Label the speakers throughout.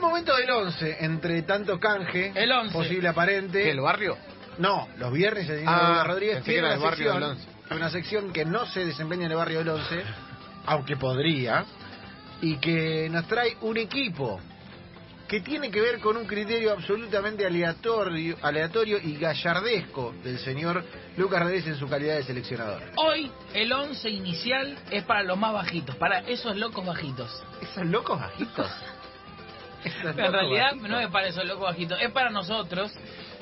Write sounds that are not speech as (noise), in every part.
Speaker 1: momento del 11, entre tanto canje,
Speaker 2: El 11.
Speaker 1: posible aparente.
Speaker 3: ¿Qué, el barrio?
Speaker 1: No, los viernes el señor
Speaker 3: Ah,
Speaker 1: Rodríguez
Speaker 3: pensé
Speaker 1: tiene una
Speaker 3: que era del barrio
Speaker 1: sección,
Speaker 3: del
Speaker 1: una sección que no se desempeña en el barrio del 11, aunque podría, y que nos trae un equipo que tiene que ver con un criterio absolutamente aleatorio, aleatorio y gallardesco del señor Lucas Rodríguez en su calidad de seleccionador.
Speaker 2: Hoy el 11 inicial es para los más bajitos, para esos locos bajitos.
Speaker 3: Esos
Speaker 1: (laughs)
Speaker 3: locos bajitos.
Speaker 1: En
Speaker 2: En realidad no es para esos locos bajitos, es para nosotros,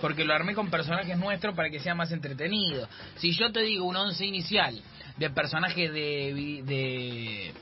Speaker 2: porque lo armé con personajes nuestros para que sea más entretenido. Si yo te digo un once inicial de personajes de, vi- de,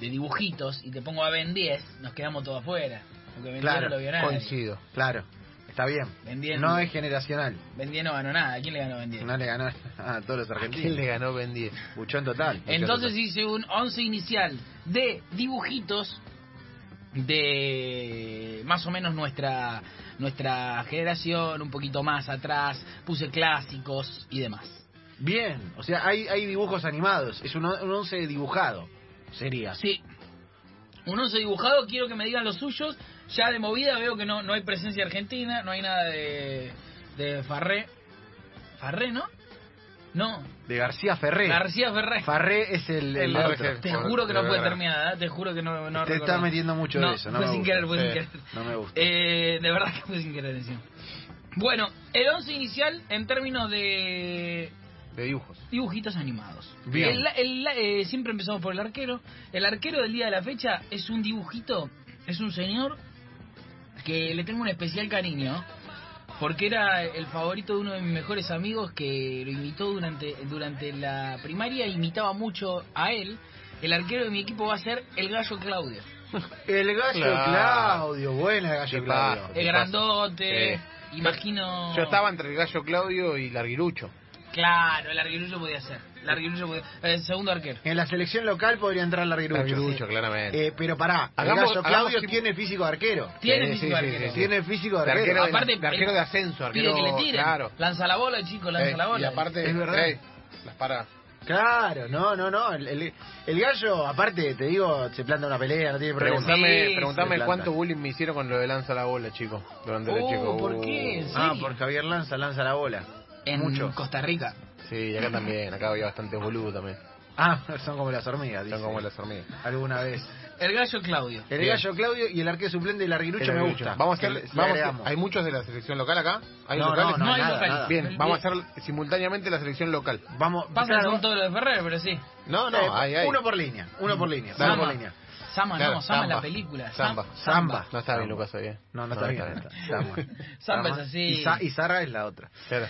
Speaker 2: de dibujitos y te pongo a Ben 10, nos quedamos todos afuera. Porque Ben 10
Speaker 1: Claro,
Speaker 2: no lo vio nadie.
Speaker 3: Coincido.
Speaker 1: Claro, está bien.
Speaker 2: Ben 10
Speaker 1: No es generacional.
Speaker 2: Ben 10 no ganó nada. ¿A quién le ganó Ben 10?
Speaker 1: No le ganó a todos los
Speaker 3: ¿A quién
Speaker 1: argentinos.
Speaker 3: le ganó Ben 10?
Speaker 1: Buchón total. buchón
Speaker 2: Entonces
Speaker 1: total.
Speaker 2: hice un 11 inicial de dibujitos de más o menos nuestra nuestra generación, un poquito más atrás, puse clásicos y demás.
Speaker 1: Bien, o sea, hay, hay dibujos animados. Es un, on- un once dibujado, sería.
Speaker 2: Sí. Un 11 dibujado, quiero que me digan los suyos. Ya de movida veo que no, no hay presencia argentina, no hay nada de, de Farré. ¿Farré, no? No,
Speaker 1: De García Ferré.
Speaker 2: García Ferré.
Speaker 1: Farré es el, el
Speaker 3: El
Speaker 1: otro.
Speaker 3: RG.
Speaker 2: Te
Speaker 3: Por-
Speaker 2: juro que
Speaker 3: de
Speaker 2: no puede
Speaker 3: verdad.
Speaker 2: terminar, ¿eh? te juro que no,
Speaker 1: Te
Speaker 2: no
Speaker 1: está
Speaker 2: recordaba.
Speaker 1: metiendo mucho
Speaker 2: No,
Speaker 1: de eso, no
Speaker 2: fue
Speaker 1: me
Speaker 2: sin
Speaker 1: gusta.
Speaker 2: querer, fue sin
Speaker 3: Sí.
Speaker 2: querer.
Speaker 1: No me gusta.
Speaker 2: Eh, de verdad que fue sin querer encima. Bueno, el 11 inicial en términos de
Speaker 3: De dibujos.
Speaker 2: dibujitos animados.
Speaker 1: Bien.
Speaker 2: El la- el la- eh, siempre empezamos por el arquero. El arquero del día de la fecha es un dibujito, es un señor que le tengo un especial cariño. Porque era el favorito de uno de mis mejores amigos que lo imitó durante, durante la primaria, imitaba mucho a él. El arquero de mi equipo va a ser el gallo Claudio.
Speaker 1: El gallo
Speaker 3: Claro.
Speaker 1: Claudio, buena
Speaker 3: Sí,
Speaker 1: gallo Claudio. Eh,
Speaker 3: pasa.
Speaker 2: El grandote,
Speaker 3: Eh,
Speaker 2: imagino...
Speaker 3: Yo estaba entre el gallo Claudio y Larguirucho.
Speaker 2: Claro, el arguirucho podía ser. El arguirucho podía... El segundo arquero.
Speaker 1: En la selección local podría entrar Larguirucho.
Speaker 3: Larguirucho, claramente.
Speaker 1: Eh, pero pará,
Speaker 3: Hagamos-
Speaker 1: el gallo
Speaker 3: hagamos
Speaker 1: Claudio
Speaker 3: tipo-
Speaker 1: tiene físico de arquero.
Speaker 2: Tiene
Speaker 3: Sí,
Speaker 2: físico
Speaker 3: sí,
Speaker 2: de
Speaker 3: sí,
Speaker 2: arquero.
Speaker 3: sí, sí.
Speaker 1: Tiene físico de
Speaker 3: De
Speaker 1: arquero. ¿eh?
Speaker 3: arquero, de-
Speaker 2: Aparte,
Speaker 3: de arquero
Speaker 2: él
Speaker 3: de ascenso, arquero.
Speaker 2: Pide que le tiren.
Speaker 3: Claro.
Speaker 2: Lanza la bola, chico, lanza
Speaker 3: Eh,
Speaker 2: la bola.
Speaker 3: y aparte,
Speaker 1: Es verdad.
Speaker 3: eh, las para.
Speaker 1: Claro, no, no, no. El, el- el gallo, aparte, te digo, se planta una pelea, no tiene problema.
Speaker 3: Preguntame,
Speaker 2: sí,
Speaker 1: se
Speaker 3: preguntame
Speaker 1: planta.
Speaker 3: cuánto bullying me hicieron con lo de lanza la bola, chico. Durante
Speaker 2: Oh,
Speaker 3: la chico.
Speaker 2: ¿por qué?
Speaker 3: Uh,
Speaker 1: Ah,
Speaker 2: Sí.
Speaker 1: por Javier Lanza, lanza la bola.
Speaker 2: en
Speaker 1: mucho.
Speaker 2: Costa Rica.
Speaker 3: Sí, y acá también. Acá había bastante boludo también.
Speaker 1: Ah, (laughs) son como las hormigas,
Speaker 3: Son
Speaker 1: dicen.
Speaker 3: como las hormigas.
Speaker 1: Alguna vez.
Speaker 2: El gallo Claudio.
Speaker 1: El
Speaker 3: Bien.
Speaker 1: gallo Claudio y el arquero suplente de Larguirucho
Speaker 3: El
Speaker 1: me
Speaker 3: Larguirucho.
Speaker 1: gusta.
Speaker 3: Vamos a
Speaker 1: Le- le
Speaker 3: hacer, vamos a-
Speaker 1: agregamos.
Speaker 3: ¿Hay muchos de la selección local acá? ¿Hay
Speaker 1: No,
Speaker 3: locales?
Speaker 1: no,
Speaker 2: No hay
Speaker 1: nada,
Speaker 2: locales.
Speaker 1: nada.
Speaker 3: Bien, vamos a hacer simultáneamente la selección local.
Speaker 1: Vamos,
Speaker 2: Pasa
Speaker 1: claro,
Speaker 2: son todos los de Ferrer, pero sí.
Speaker 3: No, no,
Speaker 1: eh,
Speaker 3: hay, hay.
Speaker 1: Uno por línea, uno por línea,
Speaker 3: Dale.
Speaker 1: uno por línea.
Speaker 2: Sama,
Speaker 3: Claro,
Speaker 2: no, Sama es la
Speaker 3: Samba.
Speaker 2: película.
Speaker 3: Samba.
Speaker 1: Samba.
Speaker 3: No está bien, Lucas, hoy. eh.
Speaker 1: No, no está bien. está bueno.
Speaker 2: (laughs) Samba es así.
Speaker 1: Y, Sa- y Sara es la otra.
Speaker 2: (laughs)
Speaker 3: Claro.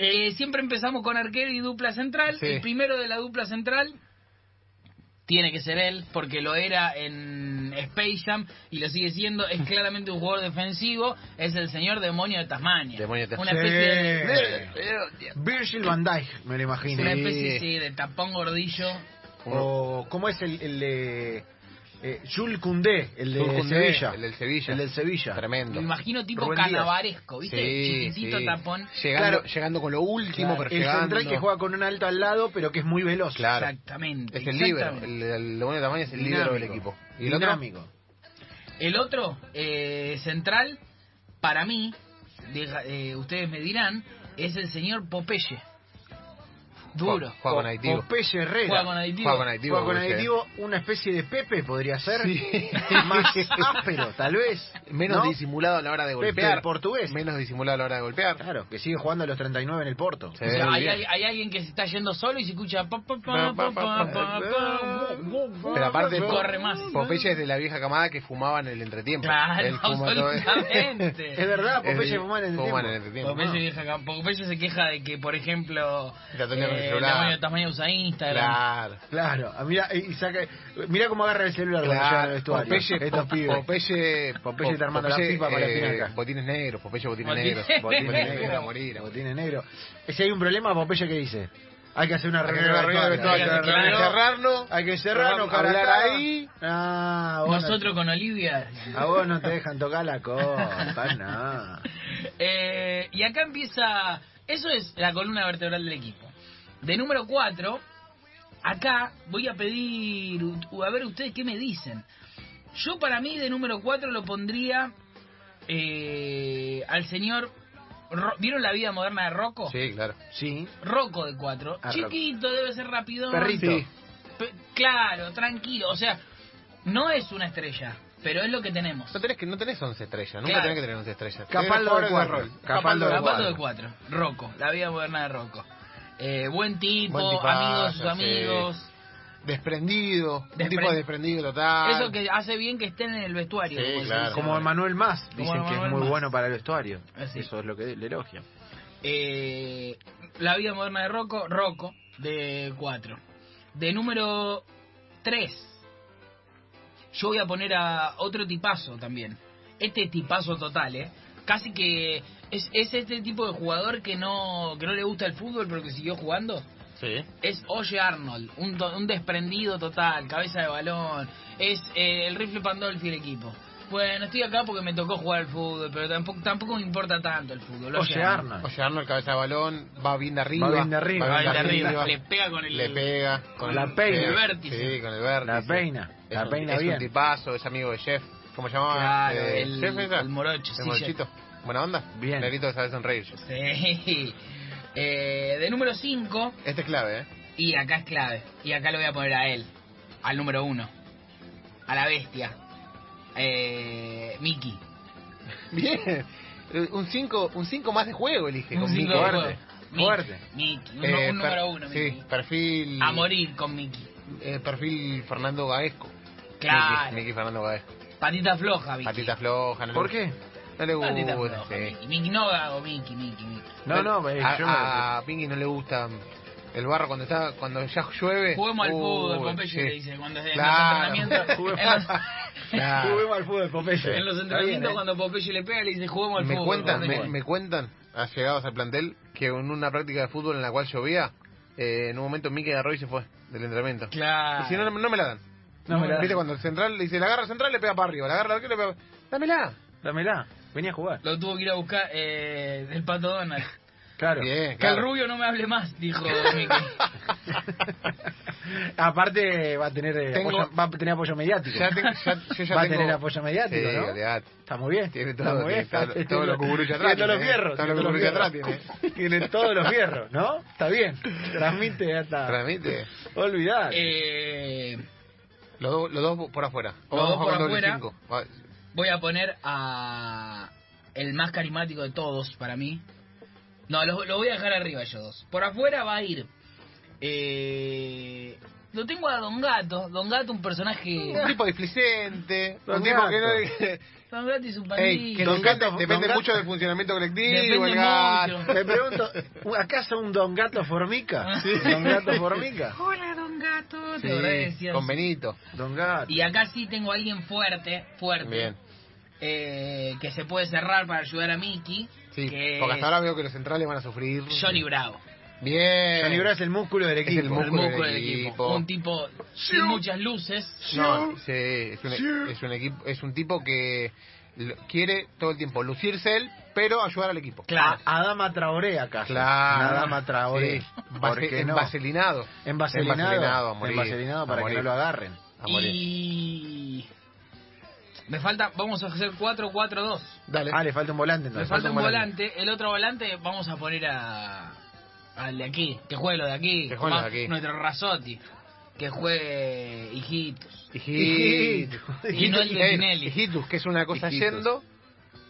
Speaker 2: Eh, siempre empezamos con arquero y dupla central.
Speaker 3: Sí.
Speaker 2: El primero de la dupla central tiene que ser él, porque lo era en Space Jam y lo sigue siendo. Es claramente un jugador defensivo. Es el señor demonio de Tasmania.
Speaker 3: Demonio de
Speaker 2: Una
Speaker 3: Tasmania.
Speaker 2: especie de... eh,
Speaker 1: Sí. Virgil van Dijk, me lo imagino.
Speaker 2: Una
Speaker 3: Sí.
Speaker 2: especie sí, de tapón gordillo.
Speaker 1: O, ¿cómo es el, el de... eh, Jules Koundé, el de
Speaker 3: Jules Koundé,
Speaker 1: Sevilla.
Speaker 3: el del Sevilla.
Speaker 1: El del Sevilla.
Speaker 3: Tremendo.
Speaker 2: Me imagino tipo
Speaker 1: Rubén Díaz.
Speaker 2: calabaresco, ¿viste?
Speaker 3: Sí,
Speaker 2: Chiquitito
Speaker 3: sí.
Speaker 2: tapón.
Speaker 3: Llegando,
Speaker 1: Claro.
Speaker 3: llegando con lo último, pero
Speaker 1: el
Speaker 3: llegando.
Speaker 1: central que juega con un alto al lado, pero que es muy veloz.
Speaker 3: Claro.
Speaker 2: Exactamente.
Speaker 3: Es el líder.
Speaker 2: exactamente.
Speaker 3: El, el demonio de tamaño es el líder del equipo.
Speaker 1: Y
Speaker 3: el otro?
Speaker 1: dinámico.
Speaker 2: El otro, eh, central, para mí, deja- eh, ustedes me dirán, es el señor Popeye. Duro.
Speaker 3: Juega con Haití.
Speaker 1: Popeye Herrera.
Speaker 2: Juega con aditivo.
Speaker 3: Juega con aditivo.
Speaker 1: Juega con
Speaker 3: porque-
Speaker 1: aditivo, una especie de Pepe podría ser.
Speaker 3: Sí.
Speaker 1: (laughs) Más áspero, tal vez.
Speaker 3: Menos
Speaker 1: ¿no?
Speaker 3: disimulado a la hora de
Speaker 1: Pepe,
Speaker 3: golpear.
Speaker 1: el portugués.
Speaker 3: Menos disimulado a la hora de golpear.
Speaker 1: Claro, que sigue jugando a los 39 en el Porto.
Speaker 3: Sí.
Speaker 2: O sea,
Speaker 3: muy
Speaker 2: hay,
Speaker 3: bien.
Speaker 2: hay- hay alguien que se está yendo solo y se escucha... pa, pa, pa, pa,
Speaker 3: Pa, pa,
Speaker 2: pa,
Speaker 3: pa,
Speaker 2: pa, pa.
Speaker 3: Pero aparte,
Speaker 2: Corre más.
Speaker 3: Popeye es de la vieja camada que fumaba en el entretiempo.
Speaker 2: Claro,
Speaker 3: Él fuma
Speaker 2: (laughs)
Speaker 3: todo- (laughs)
Speaker 2: absolutamente.
Speaker 1: Es verdad, Popeye
Speaker 3: Es-
Speaker 1: fumaba en el
Speaker 3: fumaba
Speaker 1: tiempo.
Speaker 3: en el entretiempo.
Speaker 2: Popeye, vieja cam- Popeye se queja de que, por ejemplo,
Speaker 3: La tenía con
Speaker 2: eh,
Speaker 3: el
Speaker 2: el
Speaker 3: celular.
Speaker 2: tamaño de tamaño usa Instagram.
Speaker 3: Claro.
Speaker 1: Claro, ah, mira y saca, mira cómo agarra el celular cuando llegan al
Speaker 3: Claro,
Speaker 1: vestuario.
Speaker 3: Popeye,
Speaker 1: estos pibes.
Speaker 3: Popeye,
Speaker 1: Popeye está armando
Speaker 3: Popeye,
Speaker 1: la pipa para la
Speaker 3: eh,
Speaker 1: espinaca.
Speaker 3: Botines negros, Popeye botines
Speaker 2: Botines
Speaker 3: negros.
Speaker 2: negros.
Speaker 3: Botines
Speaker 2: Botines
Speaker 3: negros a morir. a morir.
Speaker 1: Botines negro. Si hay un problema, Popeye qué dice? Hay que hacer una
Speaker 3: Hay que
Speaker 1: reunión de
Speaker 3: hacer una reunión de
Speaker 1: vestuario,
Speaker 2: vestuario,
Speaker 1: hay que
Speaker 2: claro.
Speaker 1: cerrar-
Speaker 3: Cerrarnos,
Speaker 1: Hay que cerrarnos, cara a
Speaker 3: hablar
Speaker 1: cara.
Speaker 3: ahí.
Speaker 1: Ah, vos no-
Speaker 2: Nosotros con Olivia.
Speaker 1: A vos no te dejan tocar la copa, nada.
Speaker 2: Eh, y acá empieza. Eso es la columna vertebral del equipo. De número 4, acá voy a pedir. u- A ver ustedes qué me dicen. Yo para mí de número 4 lo pondría eh, al señor... Ro- ¿Vieron la vida moderna de Rocco?
Speaker 3: Sí, claro.
Speaker 1: Sí.
Speaker 2: Rocco de 4.
Speaker 1: Ah,
Speaker 2: Chiquito, debe ser rápido.
Speaker 1: Perrito.
Speaker 3: Sí.
Speaker 2: Claro, tranquilo. O sea, no es una estrella, pero es lo que tenemos.
Speaker 3: No tenés, que, no tenés 11 estrellas, nunca
Speaker 2: Claro.
Speaker 3: tenés que tener 11 estrellas.
Speaker 1: Capaldo
Speaker 3: Tenés
Speaker 1: de
Speaker 3: que
Speaker 1: cuatro.
Speaker 3: jugar al
Speaker 1: Capaldo de
Speaker 2: Zapato de
Speaker 1: cuatro.
Speaker 2: cuatro. Rocco, la vida moderna de Rocco. Eh, buen tipo,
Speaker 3: Buen tipazo,
Speaker 2: amigos, sus
Speaker 3: sí.
Speaker 2: amigos.
Speaker 3: Desprendido, un
Speaker 2: Despre-
Speaker 3: tipo de desprendido total.
Speaker 2: Eso que hace bien que estén en el vestuario.
Speaker 3: Ah. Sí,
Speaker 2: como se
Speaker 3: claro.
Speaker 2: dice
Speaker 1: Como
Speaker 2: ahora.
Speaker 1: Emanuel Más,
Speaker 2: Como
Speaker 1: dicen que es
Speaker 2: Emanuel
Speaker 1: muy
Speaker 2: Mas.
Speaker 1: bueno para el vestuario.
Speaker 2: Ah, sí.
Speaker 1: Eso es lo que le elogian.
Speaker 2: Eh, la vida moderna de Rocco, Rocco, de 4. De número 3. Yo voy a poner a otro tipazo también. Este tipazo total, ¿eh? Casi que es, es este tipo de jugador que no, que no le gusta el fútbol, pero que siguió jugando.
Speaker 3: Sí.
Speaker 2: Es Oye Arnold, un, to- un desprendido total, cabeza de balón. Es eh, el rifle Pandolfi el equipo. Bueno, estoy acá porque me tocó jugar al fútbol, pero tampoco, tampoco me importa tanto el fútbol. O.J.
Speaker 1: Oye, Arnold.
Speaker 3: Oye, Arnold, cabeza de balón, va bien de arriba.
Speaker 1: Va bien de arriba.
Speaker 2: Va bien de
Speaker 1: arriba,
Speaker 2: arriba, le pega con el...
Speaker 3: le pega.
Speaker 1: con la peina.
Speaker 2: el vértice.
Speaker 3: Sí, con el vértice.
Speaker 1: La peina,
Speaker 3: Es
Speaker 1: la
Speaker 3: un-
Speaker 1: peina
Speaker 3: es
Speaker 1: bien.
Speaker 3: un tipazo, es amigo de Jeff. ¿Cómo se llamaba?
Speaker 2: Claro,
Speaker 3: Eh,
Speaker 2: el,
Speaker 3: Jeff esa?
Speaker 2: el morocho. sí,
Speaker 3: El morochito. Buena onda.
Speaker 1: Bien.
Speaker 3: Negrito que sabe sonreír.
Speaker 2: sí. Sí. Eh, de número 5,
Speaker 3: Este es clave, ¿eh?
Speaker 2: y acá es clave, y acá lo voy a poner a él, al número 1, a la bestia, eh, Mickey.
Speaker 3: Bien. Eh, Un 5 un cinco más de juego, elige.
Speaker 2: Un
Speaker 3: con
Speaker 2: cinco de
Speaker 3: Nico.
Speaker 1: fuerte,
Speaker 2: juego. Mickey,
Speaker 1: fuerte.
Speaker 2: Mickey, un,
Speaker 3: Eh,
Speaker 2: un
Speaker 3: per-
Speaker 2: número 1,
Speaker 3: Sí, perfil.
Speaker 2: A morir con Mickey.
Speaker 3: eh, perfil Fernando Gaesco.
Speaker 2: Claro.
Speaker 3: Miki, Miki Fernando Gaesco.
Speaker 2: Patita floja, Mickey.
Speaker 3: Patita floja. no le-
Speaker 1: ¿Por qué?
Speaker 3: No le
Speaker 2: Patita
Speaker 3: gusta.
Speaker 2: floja,
Speaker 3: sí.
Speaker 2: Mickey. Mickey no hago Mickey, Mickey, Mickey.
Speaker 1: No, no, eh,
Speaker 3: a,
Speaker 1: yo (laughs)
Speaker 3: a, Pinky no le gusta el barro cuando está cuando ya llueve.
Speaker 2: Juguemos al
Speaker 3: Uy,
Speaker 2: fútbol, Pompeyo
Speaker 3: sí.
Speaker 2: le dice, cuando se
Speaker 3: Claro.
Speaker 2: en los entrenamientos. en los-
Speaker 3: (laughs)
Speaker 2: (laughs)
Speaker 3: Claro.
Speaker 1: Juguemos al fútbol, Popeye.
Speaker 2: En
Speaker 1: Está
Speaker 2: los
Speaker 1: bien,
Speaker 2: entrenamientos,
Speaker 1: ¿eh?
Speaker 2: cuando Popeye le pega, le dice, juguemos al
Speaker 3: Me
Speaker 2: fútbol.
Speaker 3: cuentan,
Speaker 2: Popeye.
Speaker 3: me, me cuentan, llegados al plantel, que en una práctica de fútbol en la cual llovía, eh, en un momento Miki agarró y se fue del entrenamiento.
Speaker 2: Claro.
Speaker 3: Y si no, no me la dan.
Speaker 1: Ah. No me la dan.
Speaker 3: Viste cuando el central le dice, la agarra central, le pega para arriba, la agarra el arquero, le pega para ¡Dámela!
Speaker 1: Dámela, venía a jugar.
Speaker 2: Lo tuvo que ir a buscar eh, del Pato
Speaker 3: (laughs)
Speaker 2: Donald.
Speaker 1: Claro.
Speaker 3: Bien,
Speaker 2: Que el
Speaker 3: claro.
Speaker 2: rubio no me hable más,
Speaker 3: (laughs)
Speaker 2: dijo Mickey.
Speaker 1: (laughs) Aparte va a tener eh,
Speaker 3: Tengo-
Speaker 1: apoyo, va a tener apoyo mediático.
Speaker 3: Ya tengo- ya- yo ya
Speaker 1: va a
Speaker 3: tengo-
Speaker 1: tener apoyo mediático,
Speaker 3: Sí,
Speaker 1: ¿no?
Speaker 3: olvidate.
Speaker 1: Está muy bien.
Speaker 3: Tiene
Speaker 1: está
Speaker 3: todo,
Speaker 1: muy bien.
Speaker 3: tiene todo- todos los cucuruchos atrás
Speaker 1: Tiene todos los
Speaker 3: tiene, ¿eh?
Speaker 1: fierros.
Speaker 3: Todos los
Speaker 1: tiene
Speaker 3: cucuruchos
Speaker 1: fierros.
Speaker 3: atrás
Speaker 1: (laughs) Tiene todos los fierros, ¿no? Está
Speaker 3: (laughs)
Speaker 1: bien. Transmite hasta...
Speaker 3: Transmite.
Speaker 1: Olvidar.
Speaker 2: Eh,
Speaker 3: Los, dos- los dos por afuera. O
Speaker 2: Los
Speaker 3: vamos
Speaker 2: dos por
Speaker 3: con doble
Speaker 2: afuera.
Speaker 3: cinco. Va-
Speaker 2: voy a poner a... El más carismático de todos, para mí. No, lo, lo voy a dejar arriba yo dos. Por afuera va a ir... Eh, lo tengo a Don Gato. Don Gato, un
Speaker 3: (laughs)
Speaker 2: personaje...
Speaker 3: Un tipo displicente,
Speaker 1: Don
Speaker 3: un tipo que no...
Speaker 2: Don Gato es un
Speaker 3: Ey,
Speaker 2: bandido.
Speaker 3: que
Speaker 1: Don
Speaker 3: depende,
Speaker 1: Gato-
Speaker 3: depende
Speaker 1: Don
Speaker 3: mucho
Speaker 1: Gato-
Speaker 3: del funcionamiento colectivo,
Speaker 2: Depende
Speaker 3: el gato.
Speaker 2: mucho.
Speaker 1: Me pregunto, ¿acaso un don gato
Speaker 2: (laughs)
Speaker 1: formica?
Speaker 2: Sí.
Speaker 1: ¿Don gato formica?
Speaker 2: Hola, Don Gato.
Speaker 3: Sí,
Speaker 2: te habrá decías.
Speaker 3: con Benito.
Speaker 1: Don gato.
Speaker 2: Y acá sí tengo a alguien fuerte, fuerte,
Speaker 3: Bien.
Speaker 2: eh, que se puede cerrar para ayudar a Mickey,
Speaker 3: Sí,
Speaker 2: que
Speaker 3: porque
Speaker 2: es
Speaker 3: hasta ahora veo que los centrales van a sufrir.
Speaker 2: Johnny Bravo,
Speaker 3: Bien.
Speaker 1: Johnny Bravo es el músculo del equipo.
Speaker 3: eh, el
Speaker 2: el
Speaker 3: músculo
Speaker 2: músculo del
Speaker 3: del
Speaker 2: equipo.
Speaker 3: equipo.
Speaker 2: un tipo sin muchas luces,
Speaker 3: No, sí, es un, e-, es un equipo, es un tipo que lo- quiere todo el tiempo lucirse él, pero ayudar al equipo.
Speaker 2: claro,
Speaker 1: A- Adama Traoré acá. Adama Traoré.
Speaker 3: Sí,
Speaker 1: ¿Por qué no?
Speaker 3: Envaselinado.
Speaker 1: Envaselinado.
Speaker 3: Envaselinado a morir.
Speaker 1: Envaselinado para
Speaker 3: A
Speaker 1: que no
Speaker 3: morir.
Speaker 1: lo agarren.
Speaker 3: ah, A morir.
Speaker 2: y me falta, vamos a hacer 4-4-2,
Speaker 3: Dale.
Speaker 1: Ah, le falta un volante
Speaker 2: me
Speaker 1: entonces.
Speaker 2: falta un volante. el otro volante vamos a poner a al de aquí, que juegue lo de aquí,
Speaker 3: Que juegue lo de
Speaker 2: Ah,
Speaker 3: aquí.
Speaker 2: nuestro Razotti, que juegue hijitos,
Speaker 3: Hijito.
Speaker 1: Hijito.
Speaker 2: Y no el de
Speaker 3: Eh,
Speaker 2: Tinelli.
Speaker 3: hijitus, que es una cosa
Speaker 1: Hijitus.
Speaker 3: yendo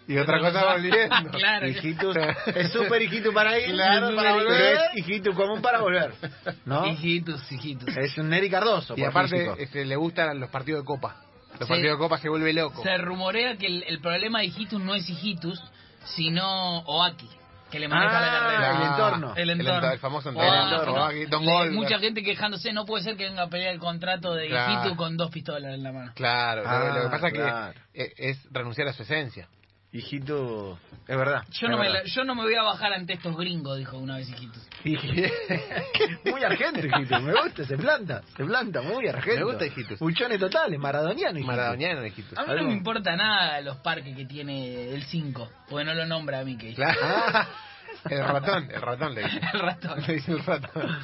Speaker 3: y otra
Speaker 1: (laughs)
Speaker 3: cosa volviendo.
Speaker 2: claro,
Speaker 1: Hijitus,
Speaker 3: (laughs)
Speaker 1: es súper hijito para ir,
Speaker 3: Claro,
Speaker 1: para
Speaker 3: para
Speaker 1: volver.
Speaker 3: volver.
Speaker 1: es hijito común para volver. ¿No?
Speaker 2: hijitos, hijitos.
Speaker 1: Es un Neri Cardoso.
Speaker 3: Y
Speaker 1: por
Speaker 3: aparte
Speaker 1: físico.
Speaker 3: este, le gustan los partidos de copa. Los
Speaker 2: Sí.
Speaker 3: partidos de copa se vuelve loco.
Speaker 2: Se rumorea que el, el problema de Hijitus no es Hijitus, sino Oaki, que le maneja
Speaker 1: Ah,
Speaker 2: la carrera.
Speaker 1: el entorno. Oh,
Speaker 2: El entorno.
Speaker 3: El, famoso entorno.
Speaker 2: Oaki,
Speaker 1: entorno.
Speaker 2: ¿no?
Speaker 3: Oaki, Don
Speaker 2: Le-
Speaker 3: Goldberg.
Speaker 2: Mucha gente quejándose, no puede ser que venga a pelear el contrato de
Speaker 3: Claro.
Speaker 2: Hijitus con dos pistolas en la mano.
Speaker 3: Claro, lo-
Speaker 1: Ah,
Speaker 3: lo que pasa
Speaker 1: claro.
Speaker 3: que eh, es, renunciar a su esencia.
Speaker 1: Hijito, es verdad.
Speaker 2: Yo
Speaker 1: es
Speaker 2: no, me,
Speaker 1: verdad.
Speaker 2: la- yo no me voy a bajar ante estos gringos, dijo una vez Hijitus.
Speaker 1: (laughs) muy argento, hijito. Me gusta, se planta. Se planta, muy argento.
Speaker 3: Me gusta, hijitos.
Speaker 1: Buchones totales, maradoniano, hijito.
Speaker 3: Maradoniano, hijito.
Speaker 2: A mí no
Speaker 1: Algo.
Speaker 2: me importa nada los parques que tiene el 5, porque no lo nombra a mí que
Speaker 3: Claro.
Speaker 1: (laughs)
Speaker 3: El ratón, el ratón le dice.
Speaker 2: el ratón.
Speaker 3: Le dice el ratón.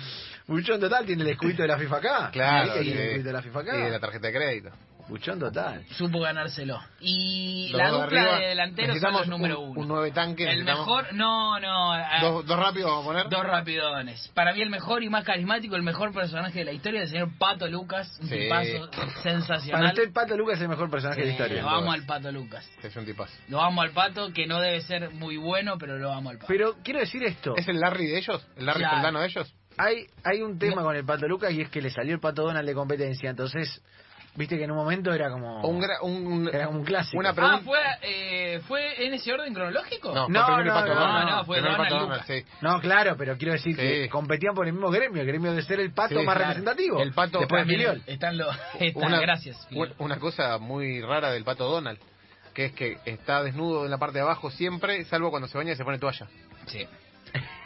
Speaker 1: Buchón total tiene el escudito de la FIFA acá.
Speaker 3: (laughs) Claro.
Speaker 1: Ahí hay el
Speaker 3: sí.
Speaker 1: escudito de la FIFA acá.
Speaker 3: Y de la tarjeta de crédito.
Speaker 1: Buchón total.
Speaker 2: supo ganárselo. Y
Speaker 3: Los
Speaker 2: la
Speaker 3: dos de
Speaker 2: dupla
Speaker 3: arriba,
Speaker 2: de delanteros son
Speaker 3: necesitamos
Speaker 2: los número
Speaker 3: un-
Speaker 2: uno.
Speaker 3: un nueve tanque,
Speaker 2: El
Speaker 3: necesitamos-
Speaker 2: mejor, no, no. eh,
Speaker 3: Dos, dos rápidos vamos a poner.
Speaker 2: Dos rapidones. Para mí el mejor y más carismático, el mejor personaje de la historia es el señor Pato Lucas. Un
Speaker 3: Sí.
Speaker 2: tipazo
Speaker 1: Para
Speaker 2: sensacional.
Speaker 1: usted, Pato Lucas es el mejor personaje de la
Speaker 2: Eh,
Speaker 1: historia.
Speaker 3: va.
Speaker 2: vamos al Pato Lucas.
Speaker 3: Es un tipazo.
Speaker 2: Lo amo al Pato, que no debe ser muy bueno, pero lo amo al Pato.
Speaker 1: Pero quiero decir esto.
Speaker 3: ¿Es el Larry de ellos? ¿El Larry
Speaker 2: Claro.
Speaker 3: Soldano de ellos?
Speaker 1: Hay, hay un tema con el Pato Lucas y es que le salió el Pato Donald de competencia. Entonces, viste que en un momento era como...
Speaker 3: O un, gra- un, un-
Speaker 1: Era un clásico.
Speaker 3: Una
Speaker 2: ah,
Speaker 3: pregunta.
Speaker 2: ¿fue, eh, ¿fue en ese orden cronológico?
Speaker 3: No, fue
Speaker 1: No,
Speaker 3: primero
Speaker 1: no,
Speaker 3: Pato
Speaker 1: no,
Speaker 3: Donald.
Speaker 2: no, fue
Speaker 3: Primero
Speaker 2: Donald
Speaker 3: Pato
Speaker 2: Lucas.
Speaker 3: Donald, sí.
Speaker 1: No, claro, pero quiero decir que
Speaker 3: Sí.
Speaker 1: competían por el mismo gremio, el gremio de ser el pato
Speaker 3: Sí,
Speaker 1: más
Speaker 3: claro.
Speaker 1: representativo.
Speaker 3: El pato
Speaker 1: Después de
Speaker 3: también.
Speaker 1: Filiol.
Speaker 2: Están los... (laughs) están- gracias.
Speaker 3: u- Una cosa muy rara del pato Donald, que es que está desnudo en la parte de abajo siempre, salvo cuando se baña y se pone toalla.
Speaker 2: Sí,
Speaker 1: (laughs)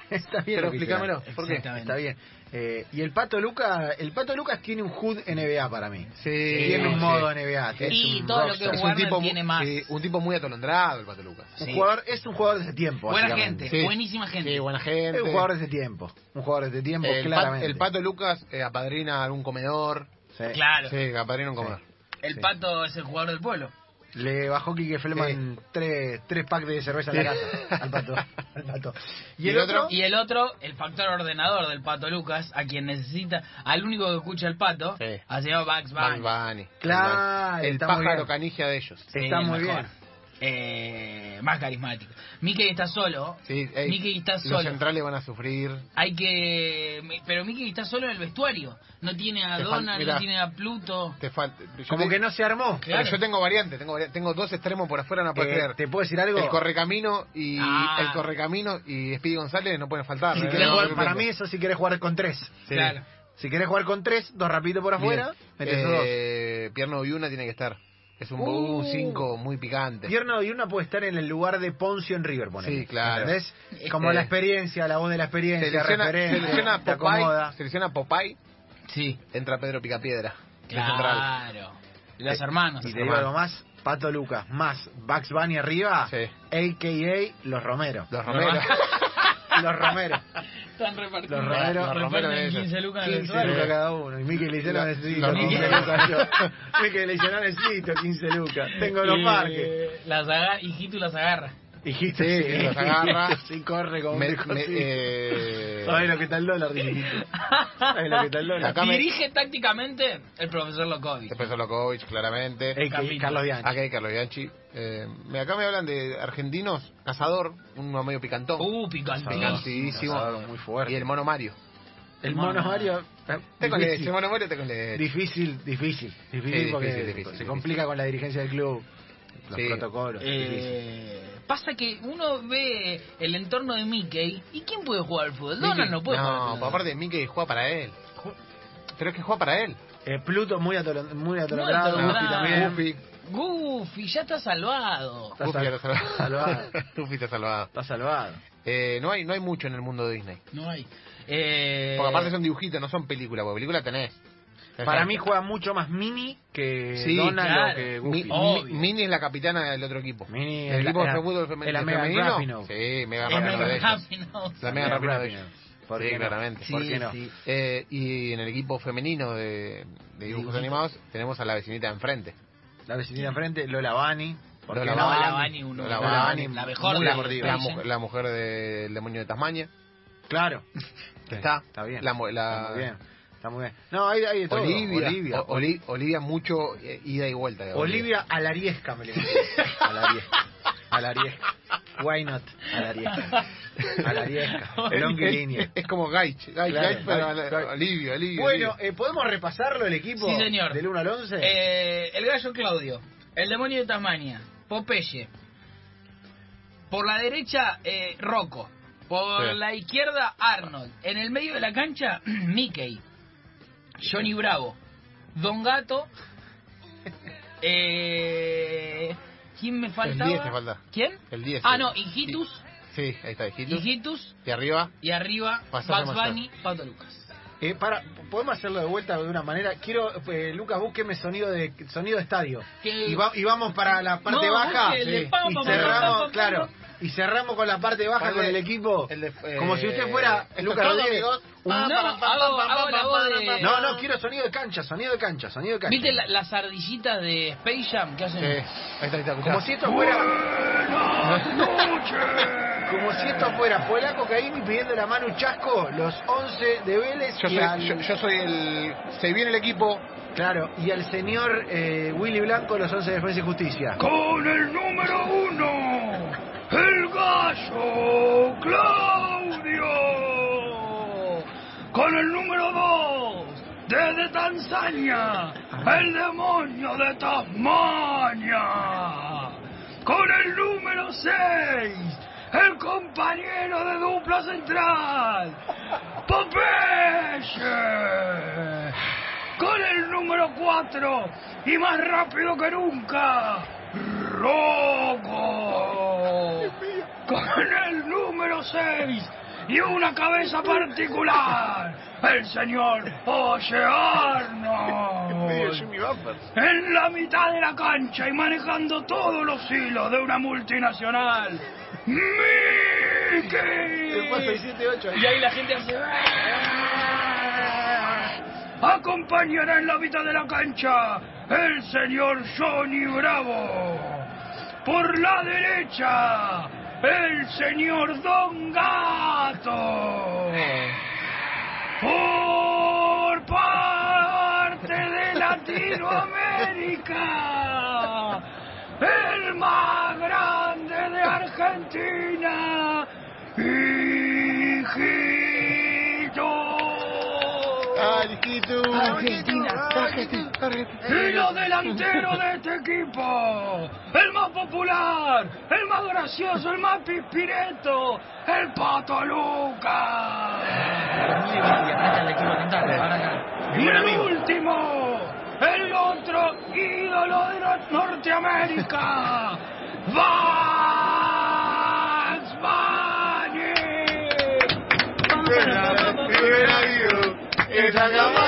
Speaker 1: Está bien.
Speaker 3: Pero
Speaker 1: lo que hicieron.
Speaker 3: explícamelo, ¿por qué?
Speaker 1: Está bien. Eh, y el pato Lucas, el pato Lucas tiene un hood NBA para mí.
Speaker 3: Sí,
Speaker 1: tiene un
Speaker 3: sí.
Speaker 1: modo NBA. es
Speaker 2: Y
Speaker 1: un
Speaker 2: todo lo que
Speaker 1: rockstar.
Speaker 2: Es Warner tiene
Speaker 3: mu-
Speaker 2: más.
Speaker 3: sí, un tipo muy atolondrado el pato Lucas.
Speaker 1: Es un
Speaker 2: sí.
Speaker 1: jugador, es un jugador de ese tiempo.
Speaker 2: Buena
Speaker 1: básicamente.
Speaker 2: gente. buenísima gente.
Speaker 3: Sí, buena gente.
Speaker 1: Es un jugador de ese tiempo. Un jugador de ese tiempo,
Speaker 3: el, pa-
Speaker 1: claramente.
Speaker 3: el pato Lucas eh, apadrina algún comedor.
Speaker 1: Sí.
Speaker 2: claro.
Speaker 3: Sí, apadrina un comedor.
Speaker 2: El
Speaker 1: Sí.
Speaker 2: Pato es el jugador del pueblo.
Speaker 1: Le bajó Quique Fleman tres, tres packs de cerveza a la
Speaker 3: (laughs)
Speaker 1: casa. Al pato. al pato.
Speaker 3: ¿Y el otro?
Speaker 2: Y el otro, el factor ordenador del Pato Lucas, a quien necesita, al único que escucha el Pato,
Speaker 3: Sí.
Speaker 2: al señor Bugs Bunny.
Speaker 3: Bugs Bunny.
Speaker 1: Claro,
Speaker 3: El
Speaker 1: está muy
Speaker 3: pájaro
Speaker 1: bien.
Speaker 3: canija de ellos.
Speaker 2: Sí,
Speaker 1: Está
Speaker 2: el
Speaker 1: muy
Speaker 2: mejor.
Speaker 1: bien.
Speaker 2: Eh, más carismático. Mickey está solo.
Speaker 3: Sí, ey,
Speaker 2: Mickey está
Speaker 3: Los
Speaker 2: solo.
Speaker 3: centrales van a sufrir.
Speaker 2: Hay que... mi- Pero Mickey está solo en el vestuario. No tiene a
Speaker 3: Te fal-
Speaker 2: Donald,
Speaker 3: mirá.
Speaker 2: no tiene a Pluto.
Speaker 3: Te falta.
Speaker 1: Como que no se armó.
Speaker 3: Pero
Speaker 2: Claro.
Speaker 3: yo tengo variantes, tengo variantes, tengo dos extremos por afuera, no puedes
Speaker 1: Eh,
Speaker 3: creer.
Speaker 1: ¿Te puedo decir algo?
Speaker 3: El correcamino y
Speaker 2: Ah.
Speaker 3: el correcamino y Speedy González no pueden faltar.
Speaker 1: Si
Speaker 3: ¿eh?
Speaker 1: querés
Speaker 3: No,
Speaker 1: jugar-
Speaker 3: no,
Speaker 1: para
Speaker 3: no.
Speaker 1: mí eso si querés jugar con tres.
Speaker 3: Sí.
Speaker 2: Claro.
Speaker 1: Si querés jugar con tres, dos rapiditos por afuera,
Speaker 3: Bien.
Speaker 1: metes dos.
Speaker 3: Eh, Pierno y una tiene que estar. Es un
Speaker 1: Uh.
Speaker 3: un 5 muy picante.
Speaker 1: Tierno y una puede estar en el lugar de Poncio en River, ponele.
Speaker 3: Sí, claro.
Speaker 1: ¿Entendés? Como
Speaker 3: Eh.
Speaker 1: la experiencia, la voz de la experiencia,
Speaker 3: Selecciona,
Speaker 1: referente,
Speaker 3: selecciona
Speaker 1: te acomoda.
Speaker 3: Popeye, selecciona Popeye,
Speaker 2: Sí.
Speaker 3: entra Pedro Picapiedra. de central.
Speaker 2: Claro. Y los
Speaker 3: Sí.
Speaker 2: hermanos.
Speaker 1: Y te digo algo más, Pato Lucas más Bugs Bunny arriba,
Speaker 3: Sí.
Speaker 1: a.k.a. Los Romeros.
Speaker 3: Los Romero. (laughs)
Speaker 1: Los Romeros.
Speaker 2: Están repartidos.
Speaker 1: Los Romero-
Speaker 3: los Romero
Speaker 2: Reparten
Speaker 3: de ellos.
Speaker 2: 15 lucas en el
Speaker 1: 15
Speaker 2: vestuario.
Speaker 1: lucas cada uno. Y Mickey le dice, no
Speaker 3: Los-
Speaker 1: necesito
Speaker 3: los
Speaker 1: 15
Speaker 3: Romeros.
Speaker 1: lucas yo. (laughs) Mickey le dice, no necesito 15 lucas. Tengo los
Speaker 2: Y, eh,
Speaker 1: parques.
Speaker 2: Las aga y Hitu las agarra.
Speaker 1: Dijiste,
Speaker 3: Sí,
Speaker 1: sí,
Speaker 3: los agarra.
Speaker 1: (laughs) Sí, corre como
Speaker 3: Me-
Speaker 1: un
Speaker 3: me-
Speaker 1: descosido.
Speaker 3: eh,
Speaker 1: Sabes lo que está el dólar, dijiste. Sabes lo que está el dólar.
Speaker 3: Acá me-
Speaker 2: Dirige tácticamente el profesor Lokovic.
Speaker 3: Después Solokovic, claramente.
Speaker 1: Ey, que- Carlos Bianchi.
Speaker 3: Acá hay Carlos Bianchi. Eh, me- acá me hablan de argentinos, cazador, uno medio picantón.
Speaker 2: Uh, picante.
Speaker 3: picantísimo.
Speaker 1: Cazador muy fuerte.
Speaker 3: Y el mono Mario.
Speaker 1: El mono Mario. eh,
Speaker 3: Te con leche,
Speaker 1: Difícil,
Speaker 3: mono Mario, te con leche.
Speaker 1: difícil, difícil. Difícil
Speaker 3: Sí,
Speaker 1: porque
Speaker 3: difícil, difícil,
Speaker 1: se
Speaker 3: difícil.
Speaker 1: complica con la dirigencia del club, los
Speaker 3: Sí.
Speaker 1: protocolos. difícil.
Speaker 2: Eh, pasa que uno ve el entorno de Mickey y ¿quién puede jugar al fútbol? Donald
Speaker 3: Mickey-
Speaker 2: no puede jugar. al
Speaker 3: No,
Speaker 2: fútbol.
Speaker 3: pues aparte Mickey juega para él. Pero es que juega para él.
Speaker 1: Eh, Pluto muy, atolon- muy atolondrado,
Speaker 2: atolondrado.
Speaker 1: Guppy también.
Speaker 3: Goofy.
Speaker 2: Goofy, ya está salvado.
Speaker 1: Está
Speaker 3: Goofy
Speaker 1: sal-
Speaker 3: está salvado. (laughs)
Speaker 1: salvado.
Speaker 3: Goofy está salvado.
Speaker 1: Está salvado.
Speaker 3: Eh, no, hay, no hay mucho en el mundo de Disney.
Speaker 2: No hay. Eh,
Speaker 3: Porque aparte son dibujitos, no son películas. Porque película tenés.
Speaker 1: Para mí juega mucho más Mini que
Speaker 3: Sí,
Speaker 1: Donald
Speaker 2: claro.
Speaker 1: o que
Speaker 3: Mi-
Speaker 1: Goofy.
Speaker 3: Mi-
Speaker 2: Obvio.
Speaker 3: Mini es la capitana del otro equipo.
Speaker 1: Mini
Speaker 3: el
Speaker 1: es la-
Speaker 3: equipo de
Speaker 1: era-
Speaker 3: fútbol femen-
Speaker 1: era Megan
Speaker 3: femenino.
Speaker 1: Rapinoe.
Speaker 3: Sí, Mega
Speaker 2: es
Speaker 3: Rapino
Speaker 2: Mega
Speaker 3: de ellos.
Speaker 2: Rapinoe.
Speaker 3: La Mega Rapinoe de
Speaker 1: Rapinoe.
Speaker 3: ellos.
Speaker 1: ¿Por
Speaker 3: Sí,
Speaker 1: qué no?
Speaker 3: claramente.
Speaker 1: ¿Por
Speaker 2: Sí,
Speaker 1: qué no?
Speaker 2: sí.
Speaker 3: Eh, y en el equipo femenino de, de dibujos
Speaker 1: Dibujitos.
Speaker 3: animados tenemos a la vecinita de enfrente.
Speaker 1: La vecinita enfrente, Lola Bani. ¿Por
Speaker 3: Lola
Speaker 1: qué
Speaker 2: no,
Speaker 1: no?
Speaker 2: la Bani, uno.
Speaker 3: Lola
Speaker 1: Lola
Speaker 3: Bani,
Speaker 1: Bani,
Speaker 2: la mejor
Speaker 1: muy
Speaker 2: de
Speaker 1: deportiva.
Speaker 3: la,
Speaker 2: Dicen.
Speaker 3: mu- la mujer del demonio de Tasmania.
Speaker 1: (laughs) Claro.
Speaker 3: Está.
Speaker 1: Está bien.
Speaker 3: La mu- la-
Speaker 1: Está muy bien. Está muy bien. No, hay, hay de todo.
Speaker 3: Olivia.
Speaker 1: Olivia.
Speaker 3: O- Oli- Olivia mucho eh, ida y vuelta. de (laughs)
Speaker 1: Olivia a la riesca (laughs) me le metí. A la riesca. A la riesca. Why not? A la riesca. A la (laughs) riesca. Long y
Speaker 3: Es,
Speaker 1: línea.
Speaker 3: es como Gaich. Gaich,
Speaker 1: Claro,
Speaker 3: Gaich, pero
Speaker 1: Gaich,
Speaker 3: a la-
Speaker 1: Gaich.
Speaker 3: Olivia, Olivia.
Speaker 1: Bueno,
Speaker 3: Olivia.
Speaker 1: eh, ¿podemos repasarlo el equipo?
Speaker 2: Sí, señor.
Speaker 1: Del 1 al 11.
Speaker 2: Eh, el gallo Claudio, el demonio de Tasmania, Popeye. Por la derecha, eh, Rocco. Por
Speaker 3: Sí.
Speaker 2: la izquierda, Arnold. En el medio de la cancha, (clears throat) Mickey. Johnny Bravo. Don Gato. (laughs) Eh, ¿Quién me faltaba?
Speaker 3: El 10 te falta.
Speaker 2: ¿Quién?
Speaker 3: El 10.
Speaker 2: Ah,
Speaker 3: sí.
Speaker 2: no, Hijitus.
Speaker 3: Sí, ahí está, Hijitus.
Speaker 2: Hijitus.
Speaker 3: Y arriba,
Speaker 2: Y arriba,
Speaker 3: Pasame
Speaker 2: Bugs
Speaker 3: más
Speaker 2: Bunny, Pato Lucas.
Speaker 1: Eh, para, ¿Podemos hacerlo de vuelta de una manera? Quiero, eh, Lucas, búsqueme sonido de sonido de estadio.
Speaker 2: Que-
Speaker 1: Y, va- y vamos para la parte
Speaker 2: No,
Speaker 1: baja.
Speaker 2: busque el de
Speaker 1: Sí.
Speaker 2: pam,
Speaker 1: y
Speaker 2: pam,
Speaker 1: cerramos,
Speaker 2: pam, pam,
Speaker 1: claro.
Speaker 2: pam.
Speaker 1: Y cerramos con la parte baja
Speaker 3: Ponle
Speaker 1: con el equipo.
Speaker 3: el de- eh,
Speaker 1: como si usted fuera
Speaker 3: esto es
Speaker 1: Lucas
Speaker 3: todo,
Speaker 1: Rodríguez,
Speaker 3: amigos.
Speaker 2: No, hago- hago la voz de-
Speaker 1: No, no, quiero sonido de cancha, sonido de cancha, sonido de cancha.
Speaker 2: ¿Viste la- las ardillitas de Space Jam que hacen?
Speaker 3: Sí, ahí está, ahí está,
Speaker 1: Como
Speaker 3: escuchá.
Speaker 1: si esto fuera. Como si esto fuera Polaco Caimi pidiendo la mano Chasco, los 11 de Vélez
Speaker 3: Yo
Speaker 1: y al-
Speaker 3: soy, yo, yo soy el... Se viene el equipo.
Speaker 1: Claro, y al señor eh, Willy Blanco, los 11 de Defensa y Justicia.
Speaker 4: Con el número uno, el gallo Claudio. Con el número dos, desde Tanzania, el demonio de Tasmania. Con el número seis, el compañero de dupla central, Popeye con el número 4 y más rápido que nunca, Loco. Con el número 6 y una cabeza particular, el señor Oceano. En la mitad de la cancha y manejando todos los hilos de una multinacional,
Speaker 1: Después
Speaker 4: Mickey.
Speaker 1: 678
Speaker 2: Y ahí la gente hace. "Ah,
Speaker 4: Acompañará en la mitad de la cancha el señor Johnny Bravo. Por la derecha, el señor Don Gato. Por parte de Latinoamérica, el más grande de Argentina, hijito.
Speaker 5: Argentina, Argentina,
Speaker 4: Y los delanteros de este equipo, el más popular, el más gracioso, el más pispireto, el Pato Lucas.
Speaker 2: Arranca el equipo oriental, arranca.
Speaker 4: Y el último, el otro ídolo de Nor- Norteamérica, Bugs Bunny.
Speaker 3: Era vivo, era capaz.